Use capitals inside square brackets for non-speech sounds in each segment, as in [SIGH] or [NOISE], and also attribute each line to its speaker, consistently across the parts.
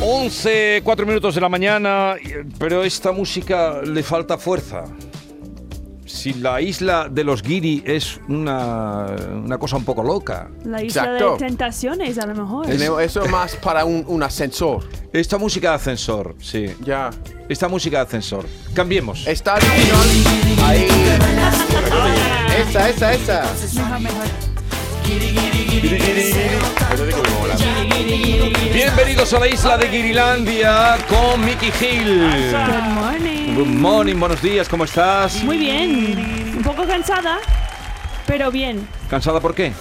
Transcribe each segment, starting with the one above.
Speaker 1: Once, cuatro minutos de la mañana, pero esta música le falta fuerza. Si la isla de los guiri es una, una cosa un poco loca.
Speaker 2: La isla
Speaker 3: Exacto.
Speaker 2: de tentaciones, a lo mejor.
Speaker 3: Tenemos- Eso es más para un, un ascensor.
Speaker 1: Esta música de ascensor, sí.
Speaker 3: Ya.
Speaker 1: Esta música de ascensor. Cambiemos.
Speaker 3: Está original. Ahí. Esa, esa, esa.
Speaker 1: Bienvenidos a la isla de Guirilandia con Mickey Hill.
Speaker 2: Good morning.
Speaker 1: Good morning, buenos días, ¿cómo estás?
Speaker 2: Muy bien. Un poco cansada, pero bien.
Speaker 1: ¿Cansada por qué?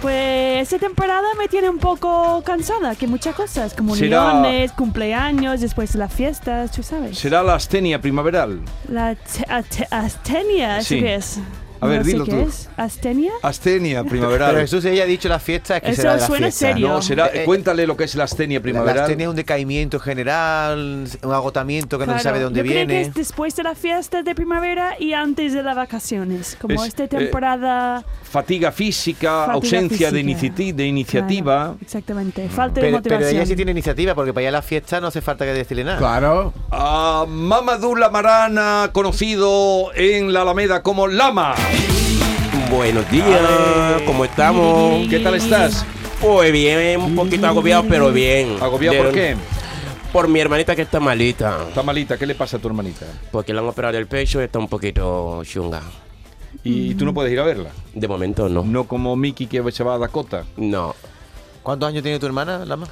Speaker 2: Pues esta temporada me tiene un poco cansada, que muchas cosas, como
Speaker 1: Será-
Speaker 2: uniones, cumpleaños, después las fiestas, tú sabes.
Speaker 1: ¿Será la astenia primaveral?
Speaker 2: La te- a- te- astenia, ¿eso
Speaker 1: Sí.
Speaker 2: qué es?
Speaker 1: A ver,
Speaker 2: no sé
Speaker 1: dilo
Speaker 2: qué
Speaker 1: tú.
Speaker 2: es. ¿Astenia?
Speaker 1: Astenia [LAUGHS]
Speaker 4: Pero
Speaker 1: primaveral.
Speaker 4: Jesús, ella ha dicho la fiesta es que
Speaker 2: Eso
Speaker 4: será de la
Speaker 2: suena
Speaker 4: fiesta.
Speaker 2: serio.
Speaker 1: No, será,
Speaker 4: Eh, eh,
Speaker 1: cuéntale lo que es la astenia
Speaker 4: La- Las
Speaker 1: primaveral.
Speaker 4: tenía un decaimiento general, un agotamiento que no se
Speaker 2: Claro,
Speaker 4: sabe de dónde
Speaker 2: yo creo
Speaker 4: viene.
Speaker 2: que es después de la fiesta de primavera y antes de las vacaciones, como
Speaker 1: Es-
Speaker 2: esta
Speaker 1: eh,
Speaker 2: temporada...
Speaker 1: Fatiga física,
Speaker 2: Fatiga
Speaker 1: ausencia de,
Speaker 2: física.
Speaker 1: iniciati- de iniciativa.
Speaker 2: Claro,
Speaker 1: Mm.
Speaker 2: exactamente. Falta de
Speaker 4: Pero, pero
Speaker 2: motivación.
Speaker 4: ella sí tiene iniciativa, porque para allá la fiesta no hace falta que decirle nada.
Speaker 3: Claro.
Speaker 1: A Mamadou Lamarana, conocido en la Alameda como Lama.
Speaker 5: Buenos días, ¿cómo estamos?
Speaker 1: ¿Qué tal estás?
Speaker 5: Pues bien, un poquito agobiado, pero bien.
Speaker 1: ¿Agobiado por
Speaker 5: De-
Speaker 1: qué?
Speaker 5: Por mi hermanita que está malita.
Speaker 1: Está malita, ¿qué le pasa a tu hermanita?
Speaker 5: Porque la han operado el pecho y está un poquito chunga.
Speaker 2: Mm.
Speaker 1: Y tú no puedes ir a verla.
Speaker 5: De momento no.
Speaker 1: No como Mickey que se va a Dakota.
Speaker 5: No,
Speaker 4: ¿Cuántos años tiene tu hermana, Lama?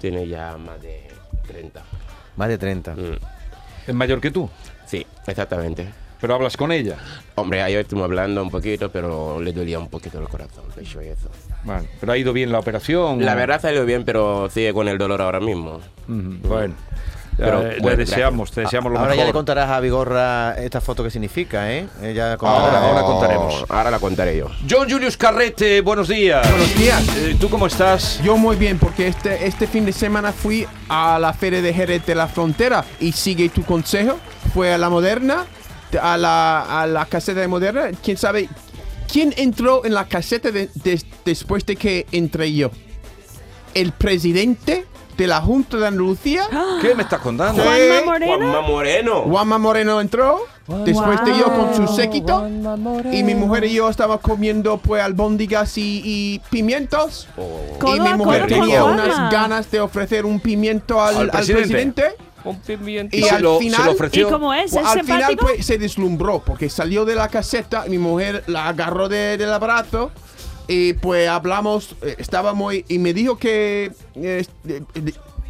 Speaker 5: tiene ya más de 30.
Speaker 4: Más de 30.
Speaker 5: Mm,
Speaker 1: Es mayor que tú,
Speaker 5: Sí, exactamente.
Speaker 1: pero hablas con ella.
Speaker 5: Hombre, ayer estuvimos hablando un poquito, pero le dolía un poquito el corazón, el pecho y eso.
Speaker 1: Vale, pero ha ido bien la operación.
Speaker 5: La verdad salió bien, pero sigue con el dolor ahora mismo.
Speaker 1: Ujú, Bueno,
Speaker 5: Pero,
Speaker 1: Eh, le
Speaker 5: bueno,
Speaker 1: deseamos, te deseamos lo
Speaker 4: Ahora ya le
Speaker 1: mejor.
Speaker 4: contarás a Vigorra esta foto que significa, ¿eh? Ella
Speaker 1: Ahora-
Speaker 4: contará,
Speaker 1: ahora
Speaker 4: ¿eh?
Speaker 1: contaremos.
Speaker 5: Ahora la contaré yo.
Speaker 1: John Julius Carrete, buenos días.
Speaker 6: Buenos días.
Speaker 1: Eh, ¿Tú cómo
Speaker 2: [GASPS]
Speaker 1: estás?
Speaker 6: Yo muy bien, porque este, este fin de semana fui a la Feria de Jerez de la Frontera y sigue tu consejo. Fue a la Moderna, a la, a la caseta de Moderna. ¿Quién sabe quién entró en la caseta de- des- después de que entré yo? El presidente de la Junta de Andalucía,
Speaker 1: ¿Qué me estás contando?
Speaker 6: Sí.
Speaker 2: Juanma
Speaker 6: Eh,
Speaker 2: Moreno.
Speaker 5: Juanma Moreno.
Speaker 6: Juanma Moreno entró. Después de yo con su séquito. Y mi mujer y yo estábamos comiendo pues albóndigas y- y pimientos.
Speaker 2: Codo
Speaker 6: y mi
Speaker 2: a
Speaker 6: mujer
Speaker 2: codo con
Speaker 6: tenía
Speaker 2: Juanma.
Speaker 6: unas ganas de ofrecer un pimiento al, al presidente. Y
Speaker 1: se
Speaker 6: al
Speaker 1: lo,
Speaker 6: final-
Speaker 1: se lo ofreció.
Speaker 2: ¿Y cómo es? ¿Es
Speaker 6: Pues, al final
Speaker 2: simpático?
Speaker 6: pues, se deslumbró porque salió de la caseta, mi mujer la agarró de- del abrazo y pues hablamos, eh, estaba muy... Y me dijo que... eh, eh,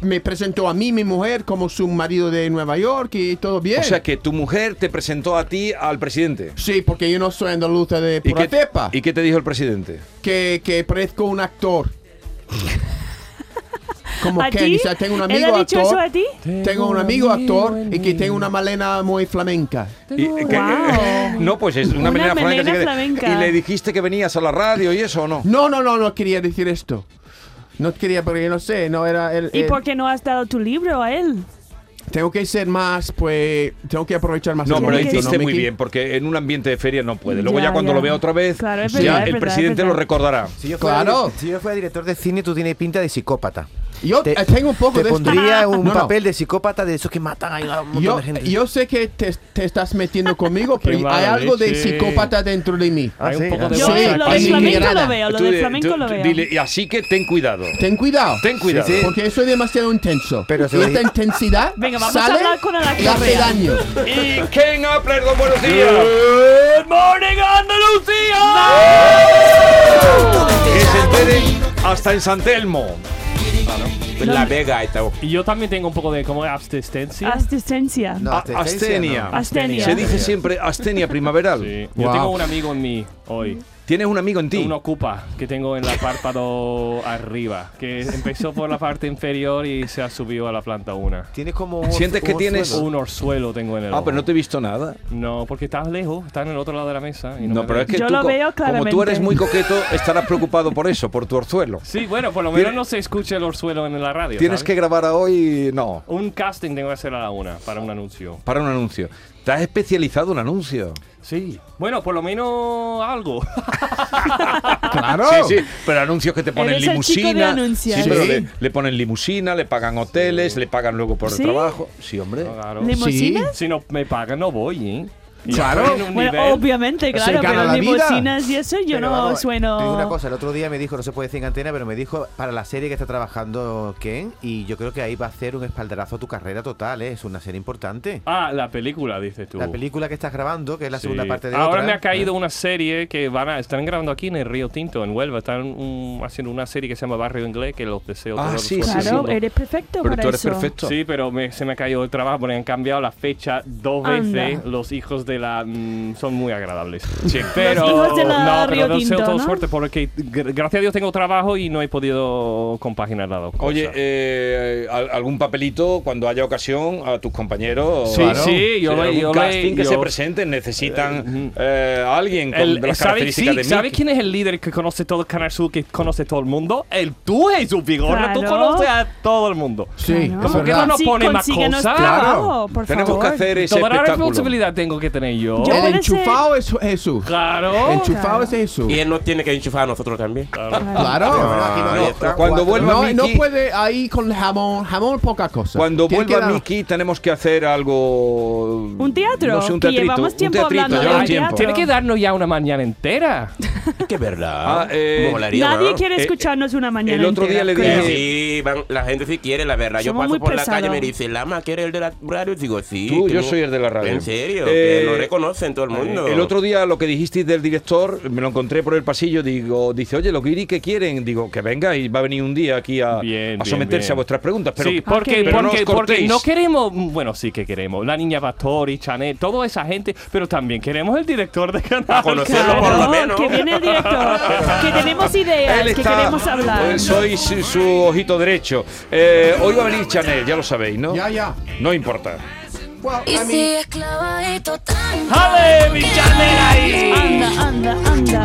Speaker 6: me presentó a mí, mi mujer, como su marido de Nueva York y todo bien.
Speaker 1: O sea que tu mujer te presentó a ti al presidente.
Speaker 6: Sí, porque yo no soy andaluza de
Speaker 1: ¿Y qué,
Speaker 6: Puratepa,
Speaker 1: ¿Y qué te dijo el presidente?
Speaker 6: que, que parezco un actor. Como
Speaker 2: ¿A
Speaker 6: que
Speaker 2: ti?
Speaker 6: dice, tengo un
Speaker 2: ¿Él
Speaker 6: amigo
Speaker 2: ha dicho
Speaker 6: actor.
Speaker 2: eso a ti?
Speaker 6: Tengo un amigo actor y que tiene una melena muy flamenca.
Speaker 1: Y- que- [LAUGHS]
Speaker 2: Wow.
Speaker 1: no, pues es una,
Speaker 2: Una
Speaker 1: melena flamenca,
Speaker 2: melena
Speaker 1: así que-
Speaker 2: flamenca.
Speaker 1: Y le dijiste que venías a la radio y eso o no.
Speaker 6: No, no, no, no quería decir esto. No quería, porque no sé, no era el.
Speaker 2: ¿Y
Speaker 6: el-
Speaker 2: por qué no has dado tu libro a él?
Speaker 6: Tengo que ser más, pues. Tengo que aprovechar más.
Speaker 1: No,
Speaker 6: el
Speaker 1: pero
Speaker 2: que-
Speaker 6: momento,
Speaker 1: hiciste
Speaker 6: ¿no,
Speaker 1: muy
Speaker 6: Miki?
Speaker 1: bien, porque en un ambiente de feria no puede. Luego ya,
Speaker 2: Ya,
Speaker 1: cuando
Speaker 2: ya.
Speaker 1: lo vea otra vez,
Speaker 2: Claro, es
Speaker 1: ya
Speaker 2: verdad, es
Speaker 1: el
Speaker 2: verdad,
Speaker 1: presidente
Speaker 2: es
Speaker 1: lo
Speaker 2: verdad.
Speaker 1: recordará.
Speaker 4: Si yo, fuera,
Speaker 6: Claro.
Speaker 4: si yo fuera director de cine, tú tienes pinta de psicópata.
Speaker 6: Yo eh, tengo un poco
Speaker 4: te
Speaker 6: de esto.
Speaker 4: pondría un
Speaker 6: No, no.
Speaker 4: papel de psicópata de esos que matan a un montón
Speaker 6: Yo,
Speaker 4: de gente.
Speaker 6: yo sé que te, te estás metiendo
Speaker 1: [LAUGHS]
Speaker 6: conmigo, pero
Speaker 7: Qué
Speaker 6: hay
Speaker 7: mala
Speaker 6: algo de
Speaker 7: leche.
Speaker 6: psicópata dentro de mí.
Speaker 4: Ah,
Speaker 7: Hay un
Speaker 4: sí,
Speaker 7: poco
Speaker 4: ah,
Speaker 7: de
Speaker 2: Yo
Speaker 6: Sí,
Speaker 2: veo- lo del
Speaker 6: sí.
Speaker 2: flamenco
Speaker 6: Mirada.
Speaker 2: lo veo, lo
Speaker 1: Tú
Speaker 2: del
Speaker 1: di-
Speaker 2: flamenco
Speaker 1: tú-
Speaker 2: lo
Speaker 1: tú
Speaker 2: veo.
Speaker 1: dile, y así que ten
Speaker 2: [LAUGHS]
Speaker 1: cuidado.
Speaker 6: Ten cuidado.
Speaker 1: Ten cuidado.
Speaker 4: sí.
Speaker 6: Porque soy demasiado intenso.
Speaker 4: Pero se
Speaker 6: y
Speaker 4: lo
Speaker 6: esta
Speaker 4: di-
Speaker 6: intensidad
Speaker 2: Venga, vamos a
Speaker 6: sale
Speaker 2: hablar con la
Speaker 6: y hace
Speaker 2: correa.
Speaker 6: daño.
Speaker 1: Y Ken Apler, don buenos días. morning, Andalucía! Que se enteren hasta en San Telmo.
Speaker 5: La Vega está.
Speaker 7: Y yo también tengo un poco de como abstinencia.
Speaker 2: Assistencia.
Speaker 4: No,
Speaker 1: A-
Speaker 4: abstinencia,
Speaker 1: Astenia.
Speaker 4: no.
Speaker 2: Astenia.
Speaker 1: Se dice siempre astenia primaveral.
Speaker 7: Sí. Yo
Speaker 6: Wow.
Speaker 7: tengo un amigo en mí hoy.
Speaker 1: Tienes un amigo en ti.
Speaker 7: Un ocupa que tengo en la párpado [LAUGHS] arriba, que empezó por la parte inferior y se ha subido a la planta una.
Speaker 4: Tienes como un
Speaker 1: Sientes que
Speaker 4: un
Speaker 1: tienes-
Speaker 4: orzuelo.
Speaker 7: Un orzuelo tengo en el
Speaker 1: Ah, pero no
Speaker 7: ojo.
Speaker 1: te he visto nada.
Speaker 7: No, porque estás lejos, estás en el otro lado de la mesa. y no
Speaker 1: No,
Speaker 7: me
Speaker 1: pero
Speaker 7: ves.
Speaker 1: es que
Speaker 2: Yo
Speaker 1: tú,
Speaker 2: lo
Speaker 1: co-
Speaker 2: veo
Speaker 1: como tú eres
Speaker 2: claramente.
Speaker 1: muy coqueto, estarás preocupado por eso, por tu orzuelo.
Speaker 7: Sí, bueno, por lo menos
Speaker 1: Tiene-
Speaker 7: no se escucha el orzuelo en la radio.
Speaker 1: Tienes que
Speaker 7: ¿sabes?
Speaker 1: grabar a hoy, no,
Speaker 7: Un casting tengo que hacer a la una para un anuncio.
Speaker 1: para un anuncio. Te has especializado en anuncio.
Speaker 7: Sí. Bueno, por lo menos
Speaker 1: [LAUGHS]
Speaker 7: algo.
Speaker 6: Claro.
Speaker 1: Sí, sí, pero anuncios que te ponen
Speaker 2: Eres el
Speaker 1: limusina.
Speaker 2: chico de anuncios.
Speaker 1: Sí, pero
Speaker 6: Sí.
Speaker 1: le, le ponen limusina, le pagan hoteles, le pagan luego por
Speaker 2: ¿Sí?
Speaker 1: el trabajo. Sí, hombre.
Speaker 7: Claro.
Speaker 2: ¿Limosina?
Speaker 7: Si no me pagan, no voy, ¿eh? Y
Speaker 6: Claro.
Speaker 7: estoy en un
Speaker 2: Bueno,
Speaker 7: nivel-
Speaker 2: obviamente,
Speaker 6: Se
Speaker 2: claro,
Speaker 6: gana
Speaker 2: pero
Speaker 6: la vida.
Speaker 2: limosinas y eso yo
Speaker 4: Pero,
Speaker 2: no
Speaker 4: vamos,
Speaker 2: sueno.
Speaker 4: Te digo una cosa, el otro día me dijo, no se puede decir en antena, pero me dijo para la serie que está trabajando Ken, y yo creo que ahí va a ser un espaldarazo a tu carrera total, ¿eh? es una serie importante.
Speaker 7: Ah, la película, dices tú.
Speaker 4: La película que estás grabando, que es la
Speaker 7: Sí.
Speaker 4: segunda parte de
Speaker 7: Ahora
Speaker 4: otra,
Speaker 7: me ha
Speaker 1: Ah.
Speaker 7: caído una serie que van a, están grabando aquí en el Río Tinto, en Huelva. Están mm, haciendo una serie que se llama Barrio Inglés, que los deseo
Speaker 1: Ah,
Speaker 7: todos los
Speaker 1: sí, sí,
Speaker 7: del
Speaker 1: sí.
Speaker 2: Claro,
Speaker 7: mundo.
Speaker 2: eres
Speaker 1: Pero
Speaker 2: perfecto para
Speaker 1: tú eres
Speaker 2: eso.
Speaker 1: perfecto.
Speaker 7: Sí, pero me- se me ha caído el trabajo porque han cambiado la fecha dos
Speaker 2: Anda.
Speaker 7: veces. Los hijos de la... mm, son
Speaker 1: [LAUGHS]
Speaker 7: muy agradables. Sí, pero...
Speaker 2: hijos de la
Speaker 7: no, pero
Speaker 2: Río
Speaker 7: deseo
Speaker 2: Tinto,
Speaker 7: todo
Speaker 2: ¿no?
Speaker 7: suerte porque gr- gracias a Dios tengo trabajo y no he podido compaginar las dos
Speaker 1: Oye,
Speaker 7: cosas.
Speaker 1: eh, al- algún papelito cuando haya ocasión a tus compañeros.
Speaker 7: Sí,
Speaker 1: Claro.
Speaker 7: sí, yo lo-
Speaker 1: algún
Speaker 7: yo lo-
Speaker 1: casting que
Speaker 7: yo-
Speaker 1: se presenten necesitan eh, a alguien con
Speaker 7: El-
Speaker 1: de las
Speaker 7: ¿sabes, sí,
Speaker 1: características de
Speaker 7: ¿Sabes
Speaker 1: Mickey.
Speaker 7: quién es el líder que conoce todo el Canal Sur, que conoce todo el mundo? El tú, Jesús Vigorra. Tú
Speaker 2: Claro.
Speaker 7: conoces a todo el mundo.
Speaker 6: Sí,
Speaker 2: Claro.
Speaker 6: es
Speaker 7: ¿Por qué
Speaker 6: verdad.
Speaker 7: no nos
Speaker 2: Sí,
Speaker 7: pone más
Speaker 2: consíguenos
Speaker 7: cosas?
Speaker 2: trabajo, por
Speaker 1: Tenemos
Speaker 2: favor.
Speaker 1: que hacer ese
Speaker 7: Toda la
Speaker 1: espectáculo.
Speaker 7: responsabilidad tengo que tener yo.
Speaker 2: Yo-
Speaker 6: El
Speaker 2: puede
Speaker 6: enchufado es Jesús.
Speaker 7: Claro.
Speaker 6: Enchufado
Speaker 2: Claro.
Speaker 6: es Jesús.
Speaker 5: Y él no tiene que enchufar a nosotros también.
Speaker 6: Claro.
Speaker 4: Pero bueno, aquí va a haber
Speaker 5: no,
Speaker 4: otra-
Speaker 1: Cuando
Speaker 4: cuatro-
Speaker 1: vuelva
Speaker 6: No,
Speaker 1: Mickey,
Speaker 6: no puede ahí con jamón, jamón poca cosa.
Speaker 1: cuando
Speaker 6: Tiene que
Speaker 1: vuelva
Speaker 6: dar-
Speaker 1: Mickey tenemos que hacer algo.
Speaker 2: Un teatro,
Speaker 1: No sé, un
Speaker 2: que
Speaker 1: teatrito.
Speaker 2: llevamos
Speaker 1: un
Speaker 2: tiempo
Speaker 1: teatrito,
Speaker 2: hablando
Speaker 1: lleva
Speaker 2: de
Speaker 1: tiempo.
Speaker 2: teatro.
Speaker 7: Tiene que darnos ya una mañana
Speaker 1: [LAUGHS]
Speaker 7: entera.
Speaker 5: Es que es verdad.
Speaker 1: Ah, eh,
Speaker 5: Molaría,
Speaker 2: Nadie
Speaker 5: ¿no?
Speaker 2: quiere
Speaker 1: Eh,
Speaker 2: escucharnos una mañana.
Speaker 1: el otro día
Speaker 2: entera,
Speaker 1: le
Speaker 2: creo.
Speaker 5: Eh,
Speaker 1: dije-
Speaker 5: sí, van- la gente sí quiere, la verdad.
Speaker 2: Somos
Speaker 5: yo
Speaker 2: muy
Speaker 5: paso por la
Speaker 2: pesado.
Speaker 5: calle y me dice, Lama, ¿quiere el de la radio? Digo, sí.
Speaker 1: Tú,
Speaker 5: que
Speaker 1: yo
Speaker 5: no-
Speaker 1: soy el de la radio.
Speaker 5: En serio,
Speaker 1: Eh,
Speaker 5: que lo reconocen todo el mundo.
Speaker 1: El otro día lo que dijisteis del director, me lo encontré por el pasillo, digo, dice, oye, los guiri que quieren, digo, que venga y va a venir un día aquí a,
Speaker 7: Bien,
Speaker 1: a
Speaker 7: bien,
Speaker 1: someterse
Speaker 7: bien.
Speaker 1: a vuestras preguntas. Pero,
Speaker 7: sí, porque,
Speaker 2: qué bien.
Speaker 1: pero
Speaker 7: porque,
Speaker 1: no os
Speaker 7: porque
Speaker 1: cortéis.
Speaker 7: no queremos. Bueno, sí que queremos. La niña Pastori, Chanel, toda esa gente. Pero también queremos el director de canal.
Speaker 5: A conocerlo
Speaker 2: Claro,
Speaker 5: por lo menos.
Speaker 2: que viene el director, que tenemos ideas,
Speaker 1: Él
Speaker 2: Ah, que
Speaker 1: está,
Speaker 2: queremos hablar.
Speaker 1: eh, sois su, su ojito derecho. Eh, hoy va a venir Chanel, ya lo sabéis, ¿no?
Speaker 6: Ya, ya.
Speaker 1: No importa.
Speaker 6: Well,
Speaker 8: Y
Speaker 6: I mean-
Speaker 8: si es clavadito tanto
Speaker 2: Ah.
Speaker 7: ¡Jale, Eh, mi Chanel ahí!
Speaker 2: Anda, anda, anda.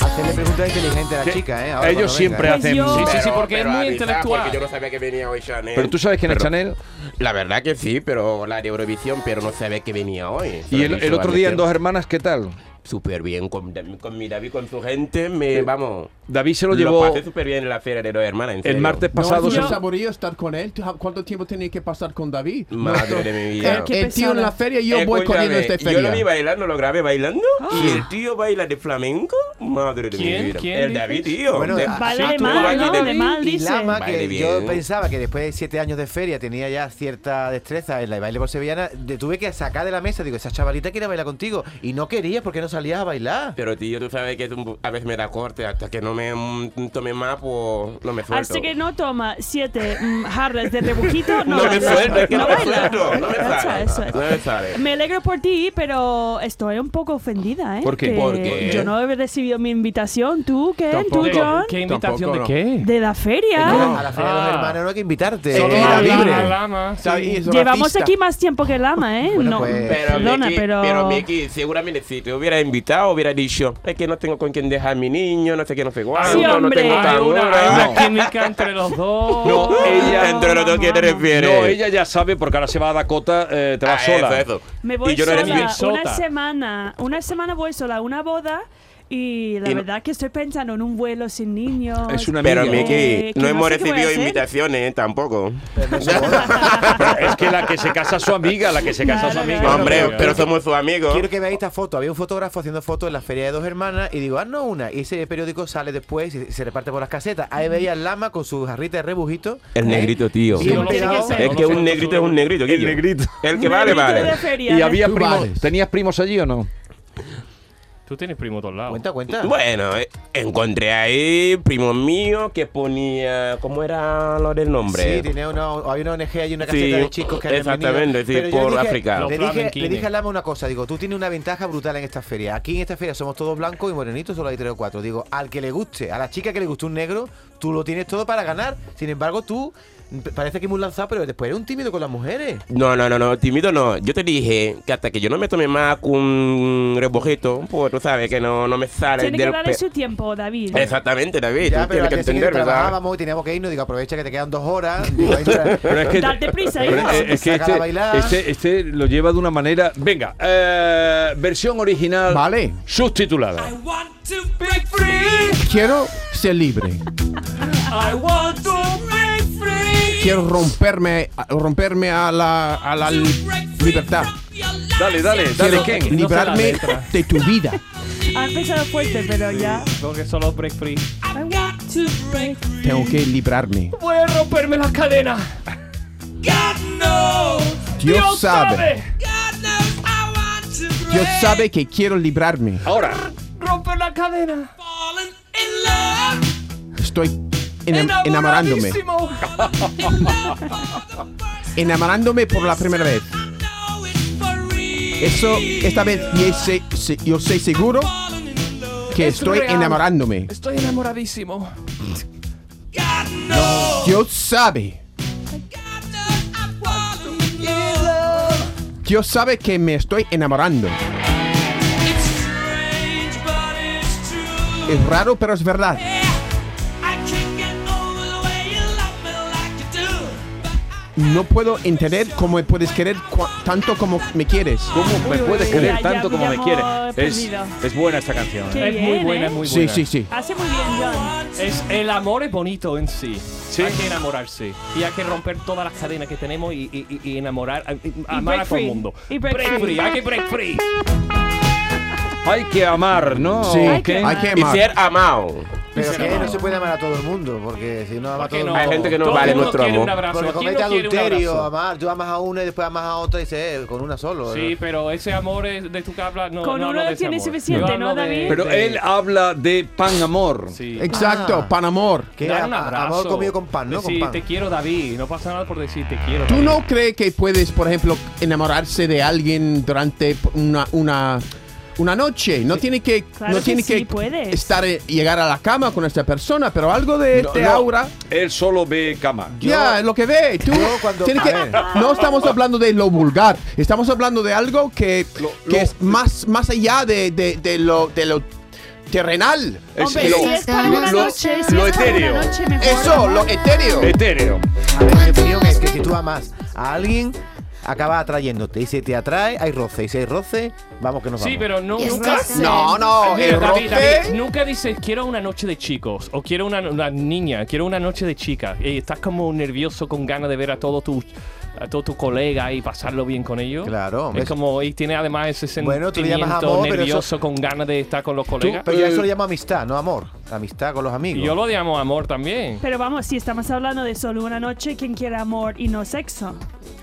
Speaker 4: Hacerle preguntas inteligentes a
Speaker 1: Sí,
Speaker 4: la chica, ¿eh?
Speaker 1: ellos siempre
Speaker 2: Pues
Speaker 1: hacen...
Speaker 2: yo-
Speaker 1: Sí, sí,
Speaker 7: Sí, sí,
Speaker 5: Pero-
Speaker 7: porque es
Speaker 5: pero
Speaker 7: muy
Speaker 5: avisa,
Speaker 7: intelectual.
Speaker 5: Porque yo no sabía que venía hoy Chanel.
Speaker 1: Pero tú sabes quién es
Speaker 5: Pero-
Speaker 1: Chanel.
Speaker 5: La verdad que sí, pero la de Eurovisión, pero no sabía que venía hoy.
Speaker 1: Y el, el otro día en Dos
Speaker 5: Solamente-
Speaker 1: Hermanas, ¿qué tal?
Speaker 5: Súper bien, con, con mi David, con su gente, me, vamos...
Speaker 1: David Eh, se lo
Speaker 5: Lo,
Speaker 1: llevó
Speaker 5: pasé súper bien en la feria de Dos Hermanas, en
Speaker 1: el
Speaker 5: serio.
Speaker 1: martes
Speaker 6: No,
Speaker 1: pasado.
Speaker 6: es un
Speaker 1: se-
Speaker 6: saborío estar con él. ¿Tú- ¿Cuánto tiempo tenía que pasar con David?
Speaker 5: Madre de mi vida. Eh,
Speaker 2: Eh, qué
Speaker 6: El tío en la
Speaker 2: pesada.
Speaker 6: feria y yo voy
Speaker 5: Escúchame,
Speaker 6: corriendo este
Speaker 5: Yo lo vi
Speaker 6: feria.
Speaker 5: bailando, lo grabé bailando.
Speaker 2: Ah.
Speaker 5: Y el tío baila de flamenco. Madre de
Speaker 7: ¿Quién?
Speaker 5: mi vida.
Speaker 7: ¿Quién
Speaker 5: el
Speaker 7: dices?
Speaker 5: David, tío.
Speaker 4: Bueno,
Speaker 5: De-
Speaker 4: ah,
Speaker 2: Vale
Speaker 4: sí,
Speaker 2: de
Speaker 5: tú
Speaker 2: mal,
Speaker 5: bailas
Speaker 2: ¿no? De mal,
Speaker 4: Y
Speaker 2: dice.
Speaker 4: Lama,
Speaker 5: Baile
Speaker 4: que
Speaker 5: bien.
Speaker 4: yo pensaba que después de siete años de feria tenía ya cierta destreza en la baile por sevillana, le tuve que sacar de la mesa. Digo, esa chavalita quiere bailar contigo. Y no querías porque no salías a bailar.
Speaker 5: Pero tío, tú sabes que es un- a veces me da corte. Hasta que no me mm, tome más, pues no me suelto.
Speaker 2: Hasta que no toma siete mm, jarras de rebujito, no,
Speaker 5: No me
Speaker 2: baila.
Speaker 5: suelto, es que no me
Speaker 2: baila.
Speaker 5: suelto. No me
Speaker 2: Eso,
Speaker 5: sale.
Speaker 2: eso es.
Speaker 5: No me sale.
Speaker 2: Me alegro por ti, pero estoy un poco ofendida, ¿eh?
Speaker 1: ¿Por qué?
Speaker 2: Que
Speaker 5: ¿Por qué?
Speaker 2: Yo no he recibido mi invitación. ¿Tú, Ken?
Speaker 6: Tampoco.
Speaker 2: ¿Tú, John?
Speaker 7: ¿Qué invitación
Speaker 6: Tampoco,
Speaker 7: de qué?
Speaker 2: de la feria.
Speaker 4: A la feria de los
Speaker 7: Ah.
Speaker 4: hermanos no hay que invitarte.
Speaker 6: Solo
Speaker 4: Eh,
Speaker 6: la
Speaker 7: Ah,
Speaker 6: David. libre.
Speaker 7: la lama, sí.
Speaker 6: David es
Speaker 2: Llevamos
Speaker 6: racista.
Speaker 2: aquí más tiempo que Lama, ¿eh?
Speaker 4: Bueno,
Speaker 2: no,
Speaker 4: pues,
Speaker 5: Pero,
Speaker 2: perdona,
Speaker 5: Miki,
Speaker 2: pero...
Speaker 5: Miki, seguramente si te hubiera invitado, hubiera dicho: Es que no tengo con quién dejar a mi niño, no sé qué, no sé cuál.
Speaker 7: Sí,
Speaker 5: no
Speaker 2: hombre.
Speaker 5: tengo
Speaker 2: Hay
Speaker 7: Hay
Speaker 5: tan
Speaker 7: una, hay
Speaker 5: hora".
Speaker 7: una química entre los dos.
Speaker 1: No, ella-
Speaker 5: Entre los dos, ¿qué te
Speaker 2: Vamos,
Speaker 5: refieres?
Speaker 1: No, ella ya sabe porque ahora se va a Dakota, eh, te va
Speaker 5: Ah,
Speaker 1: sola.
Speaker 5: eso, eso.
Speaker 2: Me voy
Speaker 5: Y yo no
Speaker 2: sola
Speaker 5: eres
Speaker 2: una
Speaker 7: Minnesota.
Speaker 2: semana, una semana voy sola a una boda y la
Speaker 5: Y no-
Speaker 2: verdad que estoy pensando en un vuelo sin niños.
Speaker 1: Es una
Speaker 5: Pero
Speaker 1: Amigo.
Speaker 5: Miki,
Speaker 2: Eh, que
Speaker 5: no hemos
Speaker 2: sé qué voy a
Speaker 5: recibido
Speaker 2: hacer.
Speaker 5: invitaciones eh, tampoco. [LAUGHS]
Speaker 1: Pero es que la que se casa es su amiga, la que se casa es su
Speaker 2: Claro,
Speaker 1: amiga.
Speaker 2: claro.
Speaker 5: Hombre, pero somos sus amigos.
Speaker 4: Quiero que veáis esta foto. Había un fotógrafo haciendo fotos en la feria de dos hermanas y digo, ah, no, una. Y ese periódico sale después y se reparte por las casetas. Ahí veía al lama con su jarrita de rebujito.
Speaker 5: El negrito, tío.
Speaker 4: Sí,
Speaker 7: no lo sé,
Speaker 4: pegado.
Speaker 7: no sé,
Speaker 5: Es
Speaker 7: no
Speaker 5: que
Speaker 7: sé,
Speaker 5: un
Speaker 7: no sé.
Speaker 5: negrito es un negrito.
Speaker 1: El
Speaker 5: Guillo.
Speaker 1: negrito.
Speaker 5: El que
Speaker 2: Un
Speaker 5: vale,
Speaker 2: negrito de
Speaker 5: vale.
Speaker 2: feria,
Speaker 1: Y
Speaker 2: ¿no?
Speaker 1: había
Speaker 6: Tú
Speaker 1: primos,
Speaker 6: vales.
Speaker 1: ¿tenías primos allí o no?
Speaker 7: Tú tienes primo a todos lados.
Speaker 4: Cuenta, cuenta.
Speaker 5: Bueno, eh, encontré ahí primo mío que ponía. ¿Cómo era lo del nombre?
Speaker 4: Sí, tiene uno, hay una ONG, hay una
Speaker 5: Sí,
Speaker 4: caseta de chicos que han
Speaker 5: exactamente,
Speaker 4: venido.
Speaker 5: sí,
Speaker 4: Pero yo
Speaker 5: por
Speaker 4: dije-
Speaker 5: África.
Speaker 4: Le
Speaker 7: Los
Speaker 4: dije, le
Speaker 7: flamenquines.
Speaker 4: dije a Lama una cosa, digo, tú tienes una ventaja brutal en esta feria. Aquí en esta feria somos todos blancos y morenitos, solo hay tres o cuatro. Digo, al que le guste, a la chica que le guste un negro, tú lo tienes todo para ganar. Sin embargo, tú p- parece que muy lanzado, pero después eres un tímido con las mujeres.
Speaker 5: No, no, no, no, tímido no. Yo te dije que hasta que yo no me tome más un rebojito, pues tú sabes que no, no me sale
Speaker 2: Tiene que
Speaker 5: del
Speaker 2: darle
Speaker 5: pe-
Speaker 2: su tiempo, David.
Speaker 5: Exactamente, David.
Speaker 4: Ya, pero al
Speaker 5: tú tienes que
Speaker 4: día siguiente
Speaker 5: entender, ¿verdad?
Speaker 4: trabajábamos y teníamos que irnos. Digo, aprovecha que te quedan dos horas. Digo, ahí
Speaker 7: [LAUGHS]
Speaker 4: está.
Speaker 1: Pero es que,
Speaker 2: Date prisa,
Speaker 1: pero
Speaker 2: hijo.
Speaker 1: es- es que
Speaker 4: Sácala a bailar.
Speaker 1: este, este, este lo lleva de una manera. Venga, eh, versión original.
Speaker 6: Vale.
Speaker 1: Subtitulada.
Speaker 6: Quiero ser libre. Quiero romperme, romperme a la, a la libertad.
Speaker 1: Dale, dale, dale,
Speaker 6: Quiero
Speaker 1: Ken.
Speaker 6: librarme de tu vida.
Speaker 2: Ha empezado fuerte, pero ya.
Speaker 7: Creo que solo break free.
Speaker 6: Tengo que librarme.
Speaker 7: Voy a romperme las cadenas.
Speaker 6: Dios sabe. Dios sabe que quiero librarme.
Speaker 1: Ahora.
Speaker 7: Romper las cadenas.
Speaker 6: Estoy enam- Em, enamorándome.
Speaker 7: Enamoradísimo.
Speaker 6: Enamorándome por la primera vez. Eso, esta vez yo sé, sé- yo sé seguro que
Speaker 7: Es
Speaker 6: estoy
Speaker 7: real.
Speaker 6: enamorándome.
Speaker 7: Estoy enamoradísimo.
Speaker 6: Dios sabe. Dios sabe que me estoy enamorando. Es raro, pero es verdad. No puedo entender cómo me puedes querer cua- tanto como me quieres.
Speaker 1: ¿Cómo me
Speaker 2: Uy, uy,
Speaker 1: puedes
Speaker 2: uy,
Speaker 1: querer
Speaker 2: ya,
Speaker 1: tanto
Speaker 2: ya
Speaker 1: como me
Speaker 2: habíamos
Speaker 1: quieres? Es,
Speaker 2: perdido.
Speaker 1: es buena esta canción. ¿eh?
Speaker 2: Qué
Speaker 7: es muy
Speaker 2: bien,
Speaker 7: buena,
Speaker 2: ¿eh?
Speaker 7: es muy
Speaker 6: Sí,
Speaker 7: buena.
Speaker 6: sí, sí.
Speaker 2: Hace muy bien, John.
Speaker 7: Es el amor es bonito en sí.
Speaker 1: Sí.
Speaker 7: Hay que enamorarse. Y hay que romper todas las cadenas que tenemos y, y- y- y enamorar, a- y- amar
Speaker 2: break
Speaker 7: a todo el
Speaker 2: free.
Speaker 7: mundo.
Speaker 2: Y break free.
Speaker 7: Hay que break free.
Speaker 1: Hay que amar, ¿no?
Speaker 6: Sí,
Speaker 1: ¿O
Speaker 6: hay
Speaker 1: qué?
Speaker 6: que
Speaker 5: Y
Speaker 6: amar.
Speaker 5: ser amado.
Speaker 4: Pero que no se puede amar a todo el mundo, porque si no ama a todo
Speaker 7: Porque
Speaker 4: el
Speaker 7: no,
Speaker 4: mundo.
Speaker 5: Hay gente que no
Speaker 7: todo
Speaker 5: vale
Speaker 7: el mundo
Speaker 5: nuestro
Speaker 7: quiere un
Speaker 5: amor.
Speaker 7: abrazo.
Speaker 4: Porque
Speaker 7: ¿Quién
Speaker 4: comete
Speaker 7: no quiere un
Speaker 4: adulterio,
Speaker 7: abrazo?
Speaker 4: amar. Tú amas a una y después amas a otra y dices, eh, con una solo.
Speaker 7: Sí, pero ese amor es de tu que hablas no.
Speaker 2: Con
Speaker 7: no
Speaker 2: uno
Speaker 7: hablo de ese
Speaker 2: tiene
Speaker 7: amor.
Speaker 2: suficiente,
Speaker 7: Yo
Speaker 2: ¿no,
Speaker 7: hablo de-
Speaker 2: David?
Speaker 1: Pero
Speaker 7: de-
Speaker 1: él habla de pan amor.
Speaker 7: Sí.
Speaker 6: Exacto,
Speaker 4: Ah.
Speaker 6: Panamor.
Speaker 4: Que
Speaker 7: Dar
Speaker 4: a-
Speaker 7: un
Speaker 4: a-
Speaker 7: abrazo.
Speaker 4: amor comido con pan, ¿no?
Speaker 7: Decir,
Speaker 4: con pan.
Speaker 7: te quiero, David. No pasa nada por decir te quiero.
Speaker 6: ¿Tú
Speaker 7: David.
Speaker 6: no crees que puedes, por ejemplo, enamorarse de alguien durante una, una, una noche? No tiene que,
Speaker 2: Claro
Speaker 6: no
Speaker 2: que
Speaker 6: tiene
Speaker 2: sí,
Speaker 6: que
Speaker 2: puedes.
Speaker 6: estar eh, llegar a la cama con esta persona, pero algo de
Speaker 1: No,
Speaker 6: este
Speaker 1: no,
Speaker 6: aura.
Speaker 1: Él solo ve cama.
Speaker 6: Ya, es lo que ve. Tú
Speaker 4: Yo cuando-
Speaker 6: tienes
Speaker 4: a
Speaker 6: que-
Speaker 4: ver.
Speaker 6: no estamos hablando de lo vulgar. Estamos hablando de algo que,
Speaker 1: Lo-
Speaker 6: que
Speaker 1: lo-
Speaker 6: es más, más allá de, de- de lo, de lo terrenal.
Speaker 1: Es
Speaker 2: Hombre,
Speaker 1: lo,
Speaker 2: si es para
Speaker 1: lo-
Speaker 2: una
Speaker 1: lo-
Speaker 2: noche, si
Speaker 1: lo
Speaker 2: es para una
Speaker 1: etéreo.
Speaker 2: noche, mejor.
Speaker 6: Eso, lo etéreo.
Speaker 1: Etéreo.
Speaker 4: A ver, mi opinión es que si tú amas a alguien, acaba atrayéndote. Y si te atrae, hay roce. Y si hay roce, vamos que nos vamos.
Speaker 7: Sí, pero no.
Speaker 8: Y
Speaker 7: nunca-
Speaker 8: estás-
Speaker 6: No,
Speaker 4: Oh,
Speaker 6: no,
Speaker 7: Mira,
Speaker 6: el
Speaker 7: David,
Speaker 6: roce-
Speaker 7: David, nunca dices quiero una noche de chicos o quiero una, una niña, quiero una noche de chicas. Y estás como nervioso con ganas de ver a todos tus a todos tus colegas y pasarlo bien con ellos.
Speaker 4: Claro,
Speaker 7: Es
Speaker 4: hombre.
Speaker 7: como y tiene además ese sentimiento
Speaker 4: Bueno, tú le llamas amor, pero
Speaker 7: nervioso
Speaker 4: eso-
Speaker 7: con ganas de estar con los
Speaker 4: Tú-
Speaker 7: colegas.
Speaker 4: pero yo a eso le llamo amistad, no amor. Amistad con los
Speaker 7: eh, Y
Speaker 4: amigos.
Speaker 7: yo lo llamo amor también.
Speaker 2: Pero vamos, si estamos hablando de solo una noche, quien quiera amor y no sexo.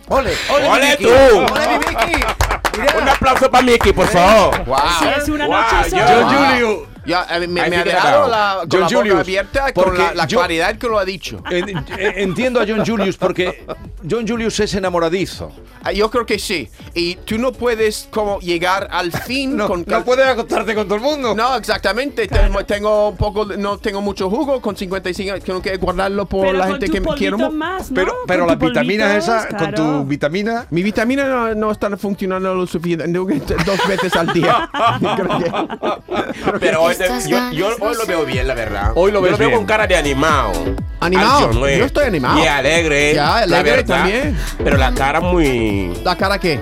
Speaker 4: ¡Ole!
Speaker 5: ¡Ole,
Speaker 4: ¡Ole,
Speaker 5: Miki!
Speaker 4: Miki! ¡Ole, mi Miki!
Speaker 5: Un
Speaker 4: Mira,
Speaker 5: aplauso para Miki, por favor.
Speaker 6: Wow.
Speaker 2: Si es una
Speaker 5: Wow,
Speaker 2: noche
Speaker 5: yo-
Speaker 2: solo.
Speaker 6: Ah. yo-
Speaker 1: Julio.
Speaker 6: Ya, eh, me,
Speaker 5: Ahí
Speaker 6: me
Speaker 5: sí
Speaker 6: ha
Speaker 5: que
Speaker 6: dejado
Speaker 5: bravo.
Speaker 6: la, con
Speaker 1: John
Speaker 6: la boca
Speaker 1: Julius,
Speaker 6: abierta con la,
Speaker 1: porque
Speaker 6: la
Speaker 1: yo-
Speaker 6: claridad que lo ha dicho.
Speaker 1: En- en- Entiendo a John Julius porque John Julius es enamoradizo.
Speaker 6: Ah, Yo creo que sí. Y tú no puedes como llegar
Speaker 1: [LAUGHS]
Speaker 6: al fin
Speaker 1: No,
Speaker 6: con
Speaker 1: no
Speaker 6: cal-
Speaker 1: puedes acostarte con todo el mundo.
Speaker 6: No, exactamente. Tengo, tengo un poco, de- no tengo mucho jugo con 55. Tengo que guardarlo por
Speaker 2: Pero
Speaker 6: la
Speaker 2: con
Speaker 6: gente
Speaker 2: tu
Speaker 6: que me
Speaker 2: polvito
Speaker 6: quiero. mu-
Speaker 2: más, ¿no?
Speaker 1: Pero,
Speaker 2: Con
Speaker 1: pero
Speaker 2: tus
Speaker 1: las vitaminas
Speaker 2: polvitos,
Speaker 1: esas, con tu
Speaker 2: claro.
Speaker 1: vitamina.
Speaker 6: Mi vitamina no, no está funcionando lo suficiente. Tengo que t- dos veces al
Speaker 1: [LAUGHS]
Speaker 6: día. [LAUGHS] Creo que-
Speaker 5: Pero hoy, te- yo, yo hoy lo veo bien, la verdad.
Speaker 1: Hoy lo
Speaker 5: Yo
Speaker 1: ves
Speaker 5: lo veo
Speaker 1: bien.
Speaker 5: con cara de animado.
Speaker 6: Animado.
Speaker 5: Al John, eh.
Speaker 6: Yo estoy animado.
Speaker 5: Y alegre.
Speaker 6: Ya,
Speaker 5: la
Speaker 6: alegre
Speaker 5: verdad.
Speaker 6: también.
Speaker 5: Pero la cara muy.
Speaker 6: ¿La cara qué?